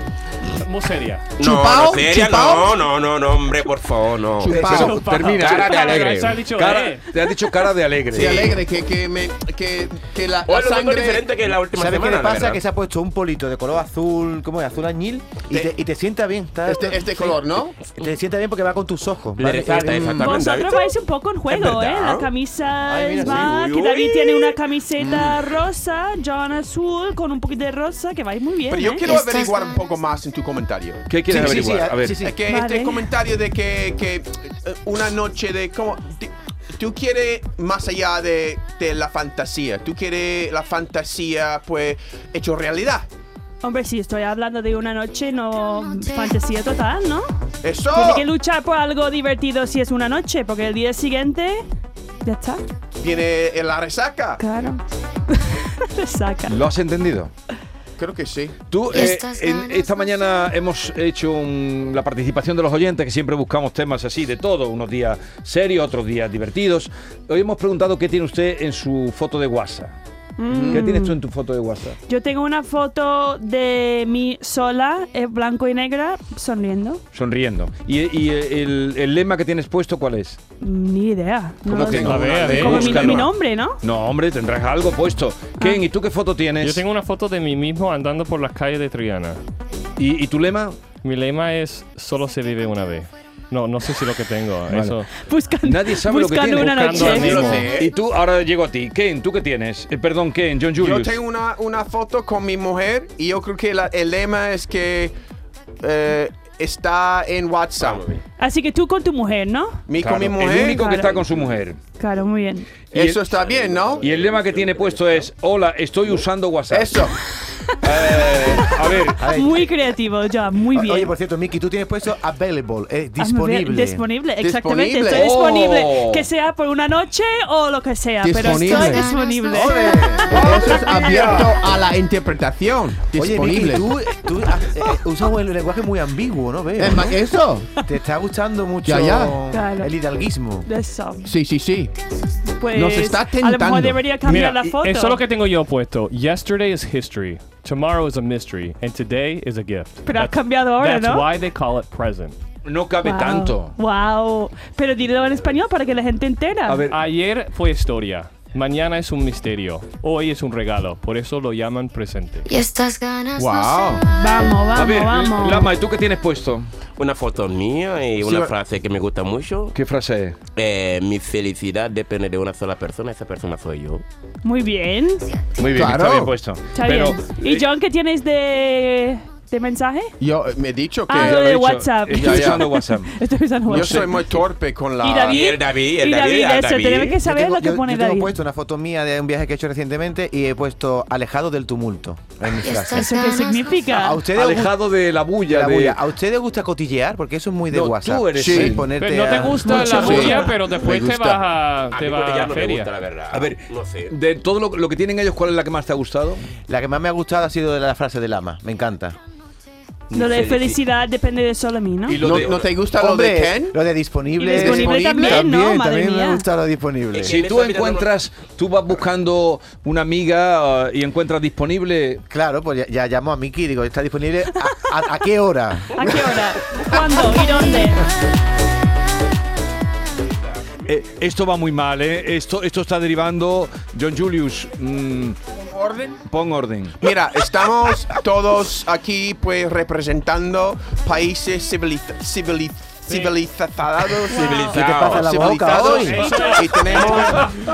Speaker 7: Muy
Speaker 4: [LAUGHS]
Speaker 7: seria.
Speaker 5: No,
Speaker 6: Chupao,
Speaker 5: no, seria,
Speaker 6: chupao.
Speaker 5: no, no, no, no, hombre, por favor, no.
Speaker 6: Chupao.
Speaker 1: termina.
Speaker 5: Cara de alegre.
Speaker 7: Se ha dicho,
Speaker 1: Cara,
Speaker 7: eh.
Speaker 1: te ha dicho cara de alegre.
Speaker 6: Sí, alegre, que, que, me, que, que la, la
Speaker 5: Hoy lo veo
Speaker 6: sangre.
Speaker 5: diferente que la última
Speaker 4: ¿Sabes qué
Speaker 5: semana.
Speaker 4: le
Speaker 5: la
Speaker 4: pasa?
Speaker 5: verdad.
Speaker 4: Que se ha puesto un polito de color azul, ¿cómo es? Azul añil. Y te, y te sienta bien. está-
Speaker 6: Este, este color, ¿no?
Speaker 4: Te sienta bien porque va con tus ojos.
Speaker 5: Le
Speaker 4: ¿vale?
Speaker 5: resalta, exactamente.
Speaker 2: Vosotros
Speaker 5: David.
Speaker 2: vais un poco en juego,
Speaker 5: Es
Speaker 2: ¿eh?
Speaker 5: verdad.
Speaker 2: La camisa
Speaker 4: Ay, mira,
Speaker 2: es
Speaker 4: sí.
Speaker 2: más...
Speaker 5: Uy,
Speaker 2: Que
Speaker 5: uy.
Speaker 2: David tiene una camiseta rosa, John azul, con un poquito de rosa, que vais muy bien,
Speaker 6: Pero yo
Speaker 2: ¿eh?
Speaker 6: quiero
Speaker 8: Estas
Speaker 6: averiguar un
Speaker 8: ganas.
Speaker 6: poco más en tu
Speaker 3: comentario.
Speaker 1: ¿Qué quieres
Speaker 6: Sí, sí,
Speaker 1: averiguar?
Speaker 4: sí,
Speaker 1: a ver.
Speaker 4: sí, sí.
Speaker 6: Es que
Speaker 2: Vale.
Speaker 6: este comentario de que, que, eh, una noche de como ti- tú quieres más allá de, de la fantasía, tú quieres la fantasía pues hecho realidad.
Speaker 2: Hombre, si estoy hablando de una noche, no fantasía total, ¿no?
Speaker 6: Eso.
Speaker 2: Tiene que luchar por algo divertido si es una noche, porque el día siguiente ya está,
Speaker 6: Viene la resaca.
Speaker 2: claro. [LAUGHS] Te saca.
Speaker 1: ¿Lo has entendido?
Speaker 3: Creo que sí.
Speaker 1: Tú,
Speaker 8: Y
Speaker 1: eh,
Speaker 8: estas
Speaker 1: en-
Speaker 8: ganas
Speaker 1: esta
Speaker 8: no
Speaker 1: mañana hemos hecho un- la participación de los oyentes, que siempre buscamos temas así de todo, unos días serios, otros días divertidos. Hoy hemos preguntado qué tiene usted en su foto de WhatsApp.
Speaker 2: Mm.
Speaker 1: ¿Qué tienes tú en tu foto de WhatsApp?
Speaker 2: Yo tengo una foto de mí sola, en blanco y negra, sonriendo.
Speaker 1: Sonriendo. ¿Y, y el, el lema que tienes puesto cuál es?
Speaker 2: Ni idea. No
Speaker 1: ¿Cómo
Speaker 2: lo
Speaker 1: que
Speaker 2: sé.
Speaker 1: no? A ver, a ver,
Speaker 2: Como mi,
Speaker 1: búscalo.
Speaker 2: mi nombre,
Speaker 1: [LAUGHS]
Speaker 2: ¿no?
Speaker 1: No, hombre, tendrás algo puesto.
Speaker 2: Ah.
Speaker 1: Ken, ¿y tú qué foto tienes?
Speaker 7: Yo tengo una foto de mí mismo andando por las calles de Triana.
Speaker 1: ¿Y, y tu lema?
Speaker 7: Mi lema es solo se vive una vez. No, no sé si lo que tengo. Eso.
Speaker 2: Buscando,
Speaker 1: Nadie sabe lo que
Speaker 2: buscando
Speaker 1: tiene.
Speaker 2: una
Speaker 7: Buscando
Speaker 2: noche.
Speaker 7: a Nemo.
Speaker 1: Y tú, ahora llego a ti. Ken, ¿tú qué tienes? Eh, perdón, Ken, John Julius.
Speaker 6: Yo tengo una, una foto con mi mujer y yo creo que la- el lema es que eh, está en WhatsApp.
Speaker 2: Así que tú con tu mujer, ¿no?
Speaker 6: Mi,
Speaker 1: Claro,
Speaker 6: con mi
Speaker 1: el
Speaker 6: mujer.
Speaker 1: único que
Speaker 2: Claro.
Speaker 1: está con su mujer.
Speaker 2: Claro, muy bien.
Speaker 6: ¿eh? Eso está bien, ¿no?
Speaker 1: Y el lema que tiene puesto es, hola, estoy usando WhatsApp.
Speaker 6: Eso.
Speaker 1: Eh, a ver,
Speaker 4: A ver,
Speaker 2: Muy creativo, ya, muy
Speaker 4: o-
Speaker 2: bien. Ah,
Speaker 4: Oye, por cierto, Miki, tú tienes puesto available,
Speaker 2: Hazme
Speaker 4: eh,
Speaker 2: ver-
Speaker 4: disponible.
Speaker 2: Disponible, exactamente.
Speaker 6: Disponible.
Speaker 2: Estoy
Speaker 1: Oh.
Speaker 2: disponible. Que sea por una noche o lo que sea, pero
Speaker 6: Disponible.
Speaker 2: estoy disponible.
Speaker 6: Eso es abierto a la interpretación.
Speaker 4: Oye,
Speaker 6: Disponible.
Speaker 4: Miki, tú, tú has- eh, usas un lenguaje muy ambiguo, ¿no? Veo,
Speaker 6: Es
Speaker 4: ¿no?
Speaker 6: ma- ¿Eso?
Speaker 4: Te está gustando mucho
Speaker 6: Ya, ya.
Speaker 2: Claro.
Speaker 4: el hidalguismo.
Speaker 2: Eso.
Speaker 6: Sí, sí, sí.
Speaker 2: Pues,
Speaker 6: Nos está
Speaker 2: A lo
Speaker 6: tentando.
Speaker 2: mejor debería cambiar la
Speaker 7: y-
Speaker 2: foto.
Speaker 7: eso es lo que tengo yo puesto. Yesterday is history. Tomorrow is a mystery. And today is a gift.
Speaker 2: Pero ha
Speaker 7: That's-
Speaker 2: cambiado ahora,
Speaker 7: That's
Speaker 2: ¿no?
Speaker 7: why they call it present.
Speaker 1: no cabe
Speaker 2: Wow.
Speaker 1: tanto.
Speaker 2: Wow. Pero dilo en español para que la gente entera.
Speaker 1: A ver,
Speaker 7: Ayer fue historia. Mañana es un misterio. Hoy es un regalo. Por eso lo llaman presente.
Speaker 8: Y estas ganas
Speaker 6: Wow.
Speaker 8: no se van.
Speaker 2: Vamos,
Speaker 1: a
Speaker 2: vamos,
Speaker 1: ver,
Speaker 2: vamos.
Speaker 1: Lama, ¿y tú qué tienes puesto?
Speaker 5: Una foto mía y una
Speaker 6: va-
Speaker 5: frase que me gusta mucho.
Speaker 1: ¿Qué frase es?
Speaker 5: Eh, mi felicidad depende de una sola persona. Esa persona soy yo.
Speaker 2: Muy bien.
Speaker 1: Muy bien,
Speaker 6: Claro.
Speaker 1: está bien puesto.
Speaker 2: Está
Speaker 1: Pero, eh,
Speaker 2: bien. ¿Y John qué tienes de, de mensaje?
Speaker 6: Yo eh, me he dicho que
Speaker 2: Ah,
Speaker 1: ya lo
Speaker 2: de
Speaker 1: he dicho,
Speaker 2: WhatsApp.
Speaker 1: Estoy
Speaker 6: Ya, ya.
Speaker 1: usando WhatsApp.
Speaker 2: Estoy pensando
Speaker 6: yo
Speaker 2: WhatsApp.
Speaker 6: soy muy torpe con la.
Speaker 2: ¿Y David?
Speaker 5: Y el David, el
Speaker 2: Y
Speaker 5: David, el
Speaker 2: eso,
Speaker 5: David.
Speaker 2: tenemos que
Speaker 4: Yo
Speaker 2: saber
Speaker 4: tengo-
Speaker 2: lo que
Speaker 4: yo-
Speaker 2: pone
Speaker 4: yo tengo
Speaker 2: David.
Speaker 4: puesto una foto mía de un viaje que he hecho recientemente y he puesto alejado del tumulto en mi
Speaker 8: Y
Speaker 4: frase.
Speaker 8: estas
Speaker 2: ¿Eso qué
Speaker 8: ganas no
Speaker 2: significa?
Speaker 4: ¿A ustedes os gusta
Speaker 1: Alejado de la
Speaker 4: de
Speaker 1: bulla.
Speaker 4: la
Speaker 1: de-
Speaker 4: bulla? ¿A ustedes gusta cotillear? Porque eso es muy de
Speaker 1: No, tú
Speaker 4: WhatsApp.
Speaker 1: eres
Speaker 4: Sí,
Speaker 1: así.
Speaker 4: ponerte
Speaker 2: Este,
Speaker 7: Pero no te
Speaker 2: ah,
Speaker 4: a-
Speaker 7: gusta la
Speaker 6: Sí.
Speaker 7: bulla, pero después
Speaker 6: Me
Speaker 7: te
Speaker 6: gusta.
Speaker 7: vas a, te
Speaker 5: mí
Speaker 7: vas a
Speaker 5: Ah, ya
Speaker 7: la
Speaker 5: no me
Speaker 7: feria.
Speaker 5: gusta, la verdad.
Speaker 1: A ver,
Speaker 5: no sé.
Speaker 1: de todo lo, lo que tienen ellos, ¿cuál es la que más te ha gustado?
Speaker 4: La que más me ha gustado ha sido la frase de Lama. Me encanta.
Speaker 2: Lo de felicidad depende de solo mí, ¿no?
Speaker 1: Y lo
Speaker 6: ¿No,
Speaker 1: de-
Speaker 6: no te gusta lo de
Speaker 4: Hombre,
Speaker 6: Ken?
Speaker 4: Lo de disponible.
Speaker 2: Y disponible también, ¿no? Madre
Speaker 4: también me
Speaker 2: mía.
Speaker 4: gusta lo disponible.
Speaker 1: Eh, Si tú encuentras, tú vas buscando una amiga eh, y encuentras disponible.
Speaker 4: Claro, pues ya, ya llamo a Miki y digo, ¿está disponible a, a- a qué
Speaker 1: [LAUGHS]
Speaker 4: hora?
Speaker 2: ¿A qué hora? ¿Cuándo? ¿Y dónde?
Speaker 1: eh, esto va muy mal, ¿eh? Esto, esto está derivando. John Julius, mm,
Speaker 6: ¿Orden?
Speaker 1: pon orden.
Speaker 3: Mira, estamos todos aquí pues representando países civiliz- civiliz- civilizados.
Speaker 4: ¿Qué te pasa en la boca
Speaker 3: civilizados
Speaker 4: hoy?
Speaker 3: y tenemos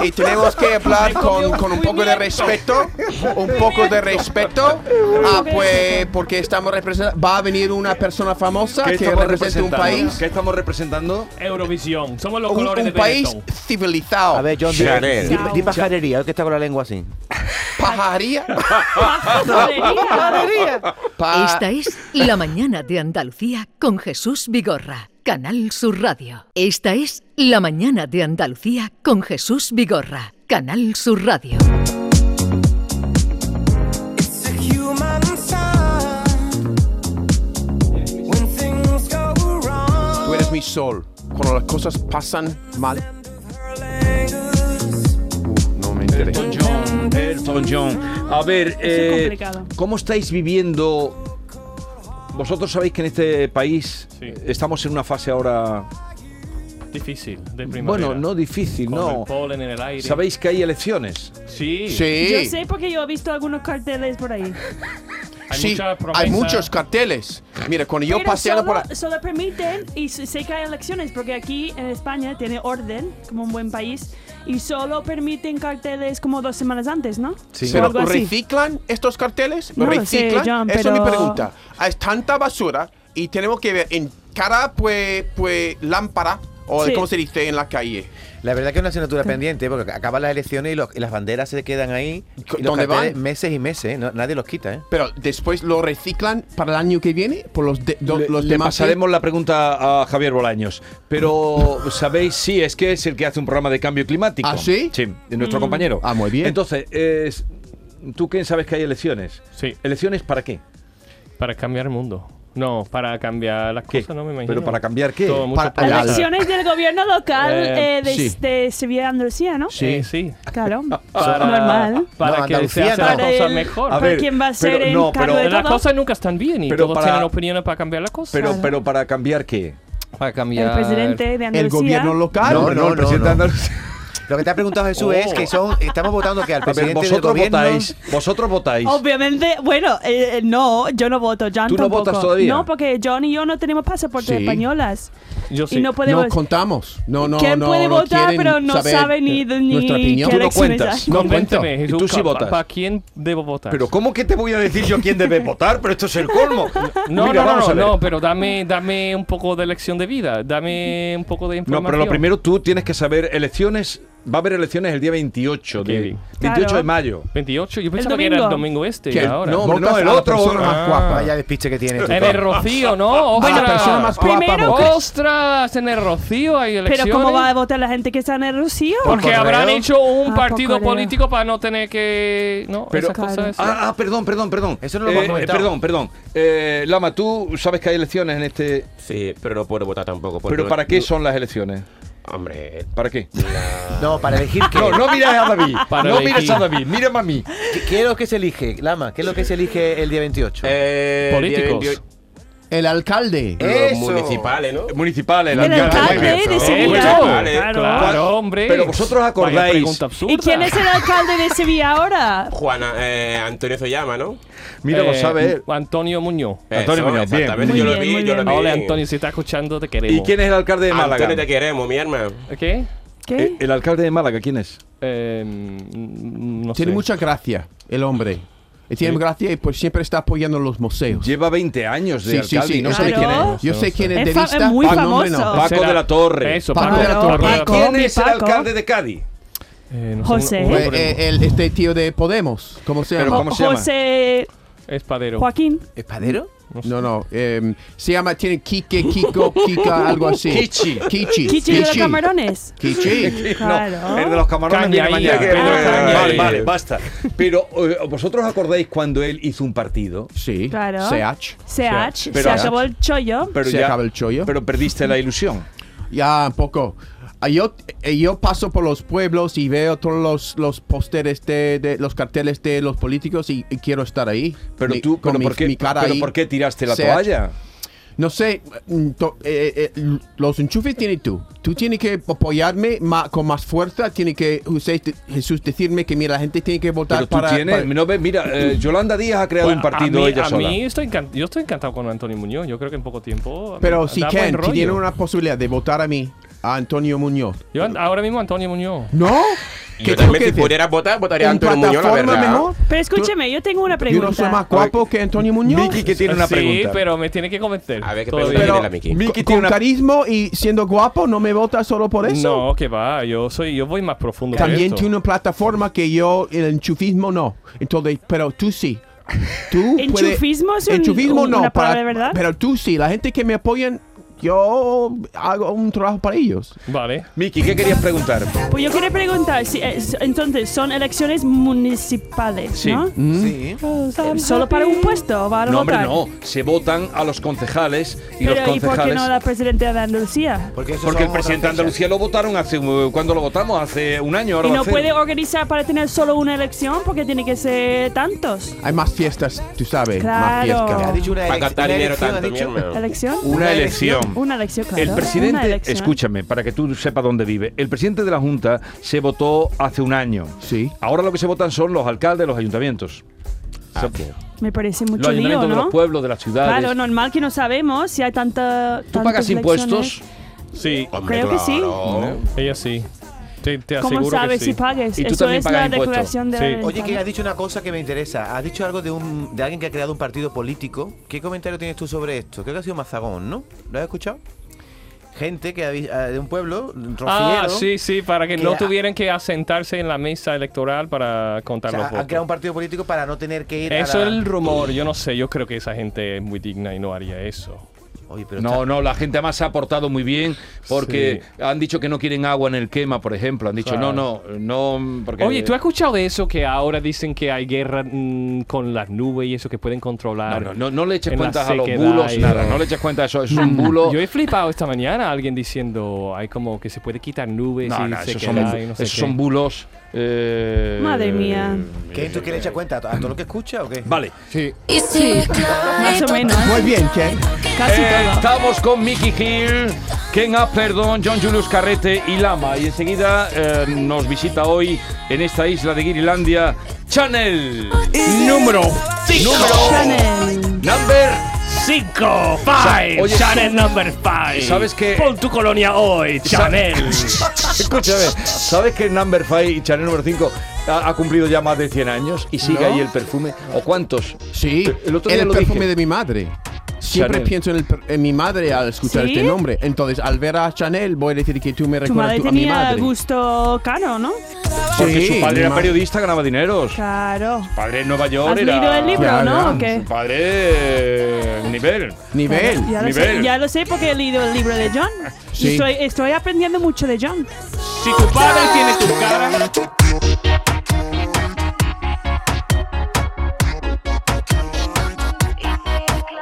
Speaker 3: y tenemos que hablar con, con un poco de respeto un poco de respeto ah, pues porque estamos representando va a venir una persona famosa
Speaker 6: Ah,
Speaker 3: que
Speaker 1: estamos
Speaker 3: representa un
Speaker 1: representando?
Speaker 3: país
Speaker 1: ¿Qué estamos representando?
Speaker 7: Eurovisión. Somos los
Speaker 3: un,
Speaker 7: colores
Speaker 3: un
Speaker 7: de
Speaker 3: país
Speaker 7: Benetton.
Speaker 3: civilizado
Speaker 4: A ver, John, di,
Speaker 5: Chanel.
Speaker 4: di, di pajarería, hoy que está con la lengua así.
Speaker 3: pajaría
Speaker 2: Pajarería.
Speaker 3: Pa-
Speaker 6: Ah.
Speaker 9: Esta es La Mañana de Andalucía con Jesús Vigorra, Canal Sur Radio. Esta es La Mañana de Andalucía con Jesús Vigorra, Canal Sur Radio.
Speaker 3: Tú eres mi sol. Cuando las cosas pasan mal. Uh, no me interesa.
Speaker 1: Elton John, Elton John. A ver, eh,
Speaker 2: complicado.
Speaker 1: ¿cómo estáis viviendo? Vosotros sabéis que en este país
Speaker 7: Sí.
Speaker 1: estamos en una fase ahora,
Speaker 7: Difícil, de primavera.
Speaker 1: bueno, no difícil,
Speaker 7: Con el
Speaker 1: no.
Speaker 7: polen en el aire.
Speaker 1: Sabéis que hay elecciones.
Speaker 7: Sí.
Speaker 2: Yo
Speaker 3: Sí.
Speaker 2: sé porque yo he visto algunos carteles por ahí.
Speaker 7: Hay
Speaker 3: sí,
Speaker 7: muchas
Speaker 3: hay
Speaker 7: promesas.
Speaker 3: muchos carteles. Mira, cuando yo
Speaker 2: Pero
Speaker 3: paseando
Speaker 2: solo,
Speaker 3: por la...
Speaker 2: solo permiten y se se caen elecciones porque aquí en España tiene orden como un buen país y solo permiten carteles como dos semanas antes, ¿no?
Speaker 3: Sí.
Speaker 2: O
Speaker 3: Pero
Speaker 2: algo así.
Speaker 3: ¿reciclan estos carteles?
Speaker 2: No lo sé,
Speaker 3: ¿Reciclan?
Speaker 2: John,
Speaker 3: Eso es mi
Speaker 2: pero-
Speaker 3: pregunta. Hay tanta basura y tenemos que ver en cada pues, pues, lámpara o
Speaker 2: Sí.
Speaker 3: cómo se dice en la calle.
Speaker 4: La verdad que es una asignatura pendiente, porque acaban las elecciones y, los- y las banderas se quedan ahí y los
Speaker 3: ¿Dónde
Speaker 4: carteles
Speaker 3: van?
Speaker 4: meses y meses, no- nadie los quita, ¿eh?
Speaker 3: Pero después lo reciclan para el año que viene por los, de- do-
Speaker 1: Le,
Speaker 3: los
Speaker 1: le
Speaker 3: demás.
Speaker 1: pasaremos la pregunta a Javier Bolaños. Pero, ¿sabéis? Sí, es que es el que hace un programa de cambio climático.
Speaker 3: ¿Ah, sí?
Speaker 1: Sí, Mm. de nuestro compañero.
Speaker 3: Ah, muy bien.
Speaker 1: Entonces, es- ¿tú quién sabes que hay elecciones?
Speaker 7: Sí.
Speaker 1: ¿Elecciones para qué?
Speaker 7: Para cambiar el mundo. No, para cambiar las
Speaker 1: ¿Qué?
Speaker 7: cosas, no me imagino.
Speaker 1: ¿Pero para cambiar qué?
Speaker 7: Todo, mucho
Speaker 4: Para-
Speaker 7: progreso.
Speaker 2: Elecciones del gobierno local
Speaker 7: Eh,
Speaker 2: eh, de,
Speaker 3: sí.
Speaker 2: de Sevilla, Andalucía, ¿no?
Speaker 7: Sí,
Speaker 1: Eh,
Speaker 7: sí.
Speaker 1: [LAUGHS]
Speaker 2: Claro,
Speaker 7: Para,
Speaker 2: normal.
Speaker 7: Para
Speaker 4: No,
Speaker 7: que se
Speaker 4: Andalucía
Speaker 7: hagan
Speaker 4: no.
Speaker 7: las
Speaker 2: Para
Speaker 7: cosas
Speaker 2: el-
Speaker 7: mejor.
Speaker 1: A
Speaker 2: para
Speaker 1: ver,
Speaker 2: quién va a ser
Speaker 1: pero-
Speaker 2: el
Speaker 1: no,
Speaker 2: cargo
Speaker 1: pero-
Speaker 2: de
Speaker 7: Las
Speaker 2: todo?
Speaker 7: cosas nunca están bien y
Speaker 1: Pero
Speaker 7: todos
Speaker 1: para-
Speaker 7: tienen opiniones para cambiar las cosas.
Speaker 1: Pero, pero ¿para cambiar qué?
Speaker 7: para cambiar.
Speaker 2: El presidente de Andalucía.
Speaker 6: El gobierno local.
Speaker 4: No, no,
Speaker 1: el presidente de
Speaker 4: no, no.
Speaker 1: Andalucía.
Speaker 4: Lo que te ha preguntado Jesús
Speaker 7: Oh.
Speaker 4: es que son, estamos votando que al
Speaker 1: A ver,
Speaker 4: presidente del
Speaker 1: vosotros
Speaker 4: gobierno...
Speaker 1: votáis. Vosotros votáis.
Speaker 2: Obviamente, bueno, eh, eh, no, yo no voto, John
Speaker 1: ¿Tú no
Speaker 2: tampoco.
Speaker 1: votas todavía?
Speaker 2: No, porque John y yo no tenemos pasaportes
Speaker 3: Sí.
Speaker 2: españolas
Speaker 7: Yo sí.
Speaker 2: y no podemos.
Speaker 6: No contamos. No, no,
Speaker 2: ¿Quién
Speaker 6: no,
Speaker 2: puede
Speaker 6: no
Speaker 2: votar
Speaker 6: quieren
Speaker 2: pero no
Speaker 6: saber
Speaker 2: sabe ni, ni
Speaker 6: nuestra opinión.
Speaker 2: qué
Speaker 1: Tú no
Speaker 2: elecciones
Speaker 1: cuentas.
Speaker 2: hay?
Speaker 6: No
Speaker 7: Convénceme,
Speaker 6: cuento.
Speaker 7: Jesús,
Speaker 1: ¿Y tú sí
Speaker 7: ¿pa- pa-
Speaker 1: votas?
Speaker 7: ¿Para quién debo votar?
Speaker 1: Pero ¿cómo que te voy a decir yo quién debe votar? Pero esto es el colmo.
Speaker 7: No,
Speaker 1: Mira,
Speaker 7: no,
Speaker 1: vamos
Speaker 7: no,
Speaker 1: a
Speaker 7: no,
Speaker 1: ver.
Speaker 7: no, pero dame, dame un poco de lección de vida, dame un poco de
Speaker 1: No,
Speaker 7: información.
Speaker 1: pero lo primero tú tienes que saber elecciones. Va a haber elecciones el día 28 de,
Speaker 7: Ok.
Speaker 1: 28 de
Speaker 2: Claro.
Speaker 1: mayo.
Speaker 7: 28, yo pensaba que era el
Speaker 2: domingo.
Speaker 7: domingo este,
Speaker 3: Que el-
Speaker 7: ahora.
Speaker 1: no,
Speaker 3: Votas
Speaker 1: no, el
Speaker 3: a la
Speaker 1: otro. ah,
Speaker 3: persona más guapa.
Speaker 4: Vaya despiste que tiene. tú.
Speaker 7: Ah. En el Rocío, ¿no?
Speaker 6: A la
Speaker 7: Ostras.
Speaker 6: persona más guapa.
Speaker 2: Primero-
Speaker 6: vota.
Speaker 7: ¡Ostras! En el Rocío hay elecciones.
Speaker 2: Pero ¿cómo va a votar la gente que está en el Rocío?
Speaker 7: Porque
Speaker 4: correo.
Speaker 7: habrán hecho un
Speaker 2: Ah,
Speaker 7: partido
Speaker 2: por correo.
Speaker 7: político para no tener que... No,
Speaker 1: Pero-
Speaker 7: esas cosas.
Speaker 1: Ah, ah, perdón, perdón, perdón.
Speaker 4: Eso no lo hemos
Speaker 1: Eh,
Speaker 4: comentado.
Speaker 1: Perdón, perdón. Eh, Lama, tú sabes que hay elecciones en este.
Speaker 5: Sí, pero no puedo votar tampoco. porque
Speaker 1: Pero
Speaker 5: no-
Speaker 1: ¿para qué
Speaker 5: no-
Speaker 1: son las elecciones?
Speaker 5: Hombre,
Speaker 1: ¿Para qué?
Speaker 4: No, para elegir qué.
Speaker 1: No, no mires a David.
Speaker 7: Para
Speaker 1: no
Speaker 7: elegir.
Speaker 1: mires a David, mírame a mí.
Speaker 4: ¿Qué, qué es lo que se elige, Lama? ¿Qué es lo que se elige el día 28?
Speaker 5: eh, el día
Speaker 7: Políticos.
Speaker 5: 28,
Speaker 6: El alcalde.
Speaker 4: Eh,
Speaker 5: los
Speaker 4: Eso.
Speaker 5: municipales, ¿no?
Speaker 1: Municipales,
Speaker 2: El alcalde
Speaker 1: muy bien.
Speaker 2: de
Speaker 5: ¿no?
Speaker 2: Sevilla.
Speaker 5: Bueno,
Speaker 7: Claro,
Speaker 5: vale,
Speaker 7: Eh, claro, hombre.
Speaker 1: Pero vosotros
Speaker 7: Vaya
Speaker 1: acordáis-
Speaker 7: pregunta absurda.
Speaker 2: ¿Y quién es el alcalde de Sevilla ahora?
Speaker 5: Juana, eh, Antonio Soyama, ¿no?
Speaker 1: Mira, lo Eh,
Speaker 7: Eh,
Speaker 1: sabes.
Speaker 7: Antonio Muñoz.
Speaker 1: Antonio Muñoz, bien.
Speaker 5: exactamente,
Speaker 2: Muy
Speaker 5: yo lo
Speaker 2: bien,
Speaker 5: vi,
Speaker 2: muy
Speaker 5: yo lo
Speaker 2: bien.
Speaker 5: vi.
Speaker 7: Hola, Antonio, si estás escuchando, te queremos.
Speaker 1: ¿Y quién es el alcalde de Málaga?
Speaker 5: Antonio, te queremos, mi hermano.
Speaker 7: ¿Qué?
Speaker 2: ¿Qué?
Speaker 1: Eh, ¿El alcalde de Málaga quién es?
Speaker 7: Eh, mm, no
Speaker 6: Tiene
Speaker 7: sé.
Speaker 6: mucha gracia el hombre. Y Tiene gracia y pues siempre está apoyando los museos.
Speaker 1: Lleva 20 años de
Speaker 6: Sí, sí,
Speaker 1: alcalde.
Speaker 6: sí, no sé
Speaker 2: Claro.
Speaker 6: quién es. Yo
Speaker 7: No
Speaker 6: sé
Speaker 7: sé.
Speaker 6: quién es
Speaker 2: Es
Speaker 6: de
Speaker 2: fa-
Speaker 6: vista.
Speaker 2: es muy
Speaker 6: Ah, nombre
Speaker 2: famoso.
Speaker 6: no.
Speaker 1: Paco
Speaker 7: Será-
Speaker 1: de la Torre.
Speaker 7: Eso,
Speaker 6: Paco de la Torre.
Speaker 1: ¿Y
Speaker 2: Paco,
Speaker 1: quién
Speaker 2: mi
Speaker 1: es el
Speaker 2: Paco.
Speaker 1: alcalde de Cádiz?
Speaker 7: Eh, no sé,
Speaker 2: José.
Speaker 7: un- un
Speaker 6: Fue,
Speaker 7: hombre.
Speaker 6: eh, el- este tío de Podemos. ¿Cómo se
Speaker 1: Pero
Speaker 6: llama?
Speaker 1: ¿cómo se llama?
Speaker 2: José
Speaker 7: Espadero.
Speaker 2: Joaquín.
Speaker 4: ¿Espadero?
Speaker 6: No, no. em, se llama, tiene Kike, Kiko, Kika, algo así.
Speaker 1: Kichi.
Speaker 6: Kichi.
Speaker 2: Kichi de los camarones. [LAUGHS]
Speaker 6: Kichi.
Speaker 2: Claro.
Speaker 1: El de los camarones viene
Speaker 7: Cañailla.
Speaker 1: mañana.
Speaker 7: Pedro
Speaker 1: Ah,
Speaker 5: Cañailla.
Speaker 1: Vale, vale, basta. Pero eh, ¿vosotros acordáis cuando él hizo un partido?
Speaker 6: Sí.
Speaker 2: Claro.
Speaker 6: CH.
Speaker 2: Seach.
Speaker 1: Pero-
Speaker 2: Se acabó el chollo.
Speaker 1: Pero
Speaker 6: Se acaba el chollo.
Speaker 1: Pero perdiste la ilusión.
Speaker 6: Ya, un poco. Ah, Yo, eh, yo paso por los pueblos y veo todos los, los pósteres de, de- los carteles de los políticos y, y quiero estar ahí.
Speaker 1: Pero
Speaker 6: Mi-
Speaker 1: tú,
Speaker 6: con
Speaker 1: pero
Speaker 6: mi-
Speaker 1: ¿por qué,
Speaker 6: mi cara
Speaker 1: pero
Speaker 6: ahí.
Speaker 1: ¿por qué tiraste la
Speaker 6: Se-
Speaker 1: toalla?
Speaker 6: No sé, mm, to- eh, eh, los enchufes tienes tú. Tú tienes que apoyarme ma- con más fuerza. Tiene que José- Jesús decirme que mira, la gente tiene que votar
Speaker 1: Pero tú
Speaker 6: para,
Speaker 1: tienes,
Speaker 6: para-
Speaker 1: no ves, mira, eh, Yolanda Díaz ha creado
Speaker 7: Bueno,
Speaker 1: un partido
Speaker 7: a mí,
Speaker 1: ella
Speaker 7: a
Speaker 1: sola.
Speaker 7: mí estoy encan- yo estoy encantado con Antonio Muñoz. Yo creo que en poco tiempo. a mí
Speaker 6: Pero si
Speaker 7: da buen
Speaker 6: Ken, si
Speaker 7: rollo.
Speaker 6: tiene una posibilidad de votar a mí, a Antonio Muñoz.
Speaker 7: Yo an- ahora mismo Antonio Muñoz.
Speaker 6: ¿No?
Speaker 5: Yo
Speaker 6: tengo
Speaker 5: también, si
Speaker 6: decir?
Speaker 5: pudiera votar, votaría a
Speaker 6: ¿En
Speaker 5: Antonio Muñoz, la
Speaker 6: plataforma
Speaker 5: verdad.
Speaker 6: mejor?
Speaker 2: Pero escúcheme, yo tengo una
Speaker 6: Yo no soy
Speaker 2: pregunta.
Speaker 6: más guapo que Antonio Muñoz.
Speaker 1: Miki que tiene una
Speaker 7: sí,
Speaker 1: pregunta.
Speaker 7: pero me tiene que convencer.
Speaker 5: A ver, ¿qué
Speaker 7: Todavía.
Speaker 5: pregunta tiene
Speaker 6: Pero-
Speaker 5: la Miki?
Speaker 1: Miki
Speaker 6: con
Speaker 1: tiene una
Speaker 6: carisma y siendo guapo no me vota solo por eso.
Speaker 7: No, que va. Yo soy, yo voy más profundo. que
Speaker 6: También
Speaker 7: esto.
Speaker 6: tiene una plataforma que yo, el enchufismo no. Entonces, pero tú sí. Tú puedes-
Speaker 2: ¿Enchufismo es un-
Speaker 6: enchufismo
Speaker 2: un-
Speaker 6: no,
Speaker 2: una palabra
Speaker 6: para-
Speaker 2: de verdad?
Speaker 6: Pero tú sí, la gente que me apoyan, yo hago un trabajo para ellos.
Speaker 7: Vale.
Speaker 1: Miki, ¿qué querías preguntar?
Speaker 2: Pues yo quería preguntar, si, eh, s- entonces, son elecciones municipales,
Speaker 1: Sí.
Speaker 2: ¿no?
Speaker 4: Sí.
Speaker 1: mm.
Speaker 2: Eh, ¿Solo para un puesto van a
Speaker 1: No, hombre,
Speaker 2: votar?
Speaker 1: no. Se votan a los concejales y los
Speaker 2: Pero, ¿y por qué
Speaker 1: concejales.
Speaker 2: no la presidenta de Andalucía?
Speaker 4: Porque, esos
Speaker 1: Porque el
Speaker 4: son
Speaker 1: presidente de
Speaker 4: otras fechas.
Speaker 1: Andalucía lo votaron hace. eh, ¿Cuándo lo votamos? Hace un año. Ahora
Speaker 2: ¿Y
Speaker 1: va a
Speaker 2: no
Speaker 1: hacer-
Speaker 2: puede organizar para tener solo una elección? Porque tiene que ser tantos.
Speaker 6: Hay más fiestas, tú sabes. Más
Speaker 2: Claro.
Speaker 6: fiestas.
Speaker 4: Me ha dicho una
Speaker 5: Para
Speaker 4: elec-
Speaker 5: gastar
Speaker 4: una
Speaker 5: dinero
Speaker 4: elección,
Speaker 5: tanto,
Speaker 4: ha
Speaker 5: mi
Speaker 4: dicho.
Speaker 5: hermano.
Speaker 2: ¿Elección?
Speaker 1: Una elección.
Speaker 2: Una elección, claro.
Speaker 1: El
Speaker 2: Una
Speaker 1: presidente,
Speaker 2: elección.
Speaker 1: escúchame, para que tú sepas dónde vive, el presidente de la Junta se votó hace un año.
Speaker 6: Sí.
Speaker 1: Ahora lo que se votan son los alcaldes, los ayuntamientos. Son-
Speaker 2: Me parece
Speaker 1: Los
Speaker 2: mucho lío,
Speaker 1: ayuntamientos de
Speaker 2: ¿no?
Speaker 1: los pueblos, de las ciudades.
Speaker 2: Claro, normal que no sabemos si hay tanta.
Speaker 1: ¿Tú pagas impuestos?
Speaker 7: Sí,
Speaker 3: Hombre,
Speaker 2: Creo que sí.
Speaker 5: Oh.
Speaker 3: claro.
Speaker 7: ella sí. Te, te
Speaker 2: ¿Cómo
Speaker 7: aseguro
Speaker 2: sabes
Speaker 7: que
Speaker 2: si
Speaker 7: sí.
Speaker 2: pagues?
Speaker 1: Y tú
Speaker 2: Eso
Speaker 1: también
Speaker 2: es
Speaker 1: pagas
Speaker 2: la
Speaker 1: impuestos.
Speaker 2: declaración de.
Speaker 7: Sí.
Speaker 2: la
Speaker 4: Oye, que
Speaker 2: renta.
Speaker 4: has dicho una cosa que me interesa. Has dicho algo de un de alguien que ha creado un partido político. ¿Qué comentario tienes tú sobre esto? Creo que ha sido Mazagón, ¿no? ¿Lo has escuchado? Gente que ha vi- ah, de un pueblo, rociero,
Speaker 7: Ah, sí, sí, para que,
Speaker 4: que
Speaker 7: no
Speaker 4: ha-
Speaker 7: tuvieran que asentarse en la mesa electoral para
Speaker 4: o
Speaker 7: contar
Speaker 4: sea,
Speaker 7: los
Speaker 4: han
Speaker 7: votos.
Speaker 4: creado un partido político para no tener que ir
Speaker 7: Eso
Speaker 4: a
Speaker 7: es
Speaker 4: la-
Speaker 7: el rumor, yo no sé, yo creo que esa gente es muy digna y no haría eso.
Speaker 4: Oye, pero
Speaker 1: no,
Speaker 4: está-
Speaker 1: no, la gente además se ha portado muy bien porque han dicho que no quieren agua en el quema, por ejemplo. Han dicho,
Speaker 7: Claro.
Speaker 1: no, no, no, porque...
Speaker 7: Oye, ¿tú has escuchado de eso que ahora dicen que hay guerra mm, con las nubes y eso que pueden
Speaker 1: No,
Speaker 7: controlar?
Speaker 1: Ah, no, no, no le eches
Speaker 7: en la
Speaker 1: cuentas a los
Speaker 7: sequedad
Speaker 1: bulos,
Speaker 7: y- Mm,
Speaker 1: nada, no le eches cuenta a eso, es un bulo.
Speaker 7: [LAUGHS] Yo he flipado esta mañana a alguien diciendo, hay como que se puede quitar nubes
Speaker 1: No,
Speaker 7: y
Speaker 1: no,
Speaker 7: se
Speaker 1: esos
Speaker 7: queda
Speaker 1: son,
Speaker 7: y no sé
Speaker 1: esos
Speaker 7: qué.
Speaker 1: son bulos. eh,
Speaker 2: Madre mía.
Speaker 4: ¿Qué tú quieres echar cuenta? ¿A todo lo que escucha o qué?
Speaker 1: Vale,
Speaker 8: Y si esclava
Speaker 2: Más
Speaker 8: es
Speaker 2: o menos. ¿eh?
Speaker 6: Muy bien, Ken.
Speaker 2: Casi
Speaker 1: Eh,
Speaker 2: todo.
Speaker 1: estamos con Mickey Hill, Ken Perdón, John Julius Carrete y Lama. Y enseguida eh, nos visita hoy en esta isla de Guirilandia, Chanel.
Speaker 7: Número
Speaker 2: Chanel.
Speaker 1: Number
Speaker 7: 5,
Speaker 1: oye,
Speaker 7: 5, Chanel number 5.
Speaker 1: ¿sabes qué?
Speaker 7: Pon tu colonia hoy, Chanel.
Speaker 1: [LAUGHS] Escúchame, ¿sabes que Number 5 y Chanel número 5 ha, ha cumplido ya más de 100 años y sigue
Speaker 6: ¿No?
Speaker 1: ahí el perfume? ¿O cuántos?
Speaker 6: Sí,
Speaker 1: El
Speaker 6: el,
Speaker 1: otro día lo
Speaker 6: perfume
Speaker 1: dije.
Speaker 6: de mi madre. Siempre
Speaker 1: Chanel.
Speaker 6: pienso en, el per- en mi madre al escuchar
Speaker 2: ¿Sí?
Speaker 6: este nombre. Entonces, al ver a Chanel, voy a decir que tú me
Speaker 2: Tu
Speaker 6: recuerdas
Speaker 2: madre
Speaker 6: tú- a mi
Speaker 2: tenía
Speaker 6: madre.
Speaker 2: gusto caro, ¿no?
Speaker 1: Porque
Speaker 6: Sí,
Speaker 1: su padre
Speaker 6: mi
Speaker 1: era
Speaker 6: madre.
Speaker 1: periodista, ganaba dineros. Su
Speaker 2: Claro.
Speaker 1: padre en Nueva York
Speaker 2: ¿Has
Speaker 1: era.
Speaker 2: leído el libro,
Speaker 6: Ya,
Speaker 2: no?
Speaker 6: ya.
Speaker 2: ¿O qué?
Speaker 1: Su padre. eh, nivel.
Speaker 6: Nivel.
Speaker 2: Ya lo,
Speaker 1: Nivel.
Speaker 2: sé, ya lo sé porque he leído el libro de John. Y
Speaker 6: Sí.
Speaker 2: Estoy, estoy aprendiendo mucho de John.
Speaker 7: si tu padre tiene tu cara,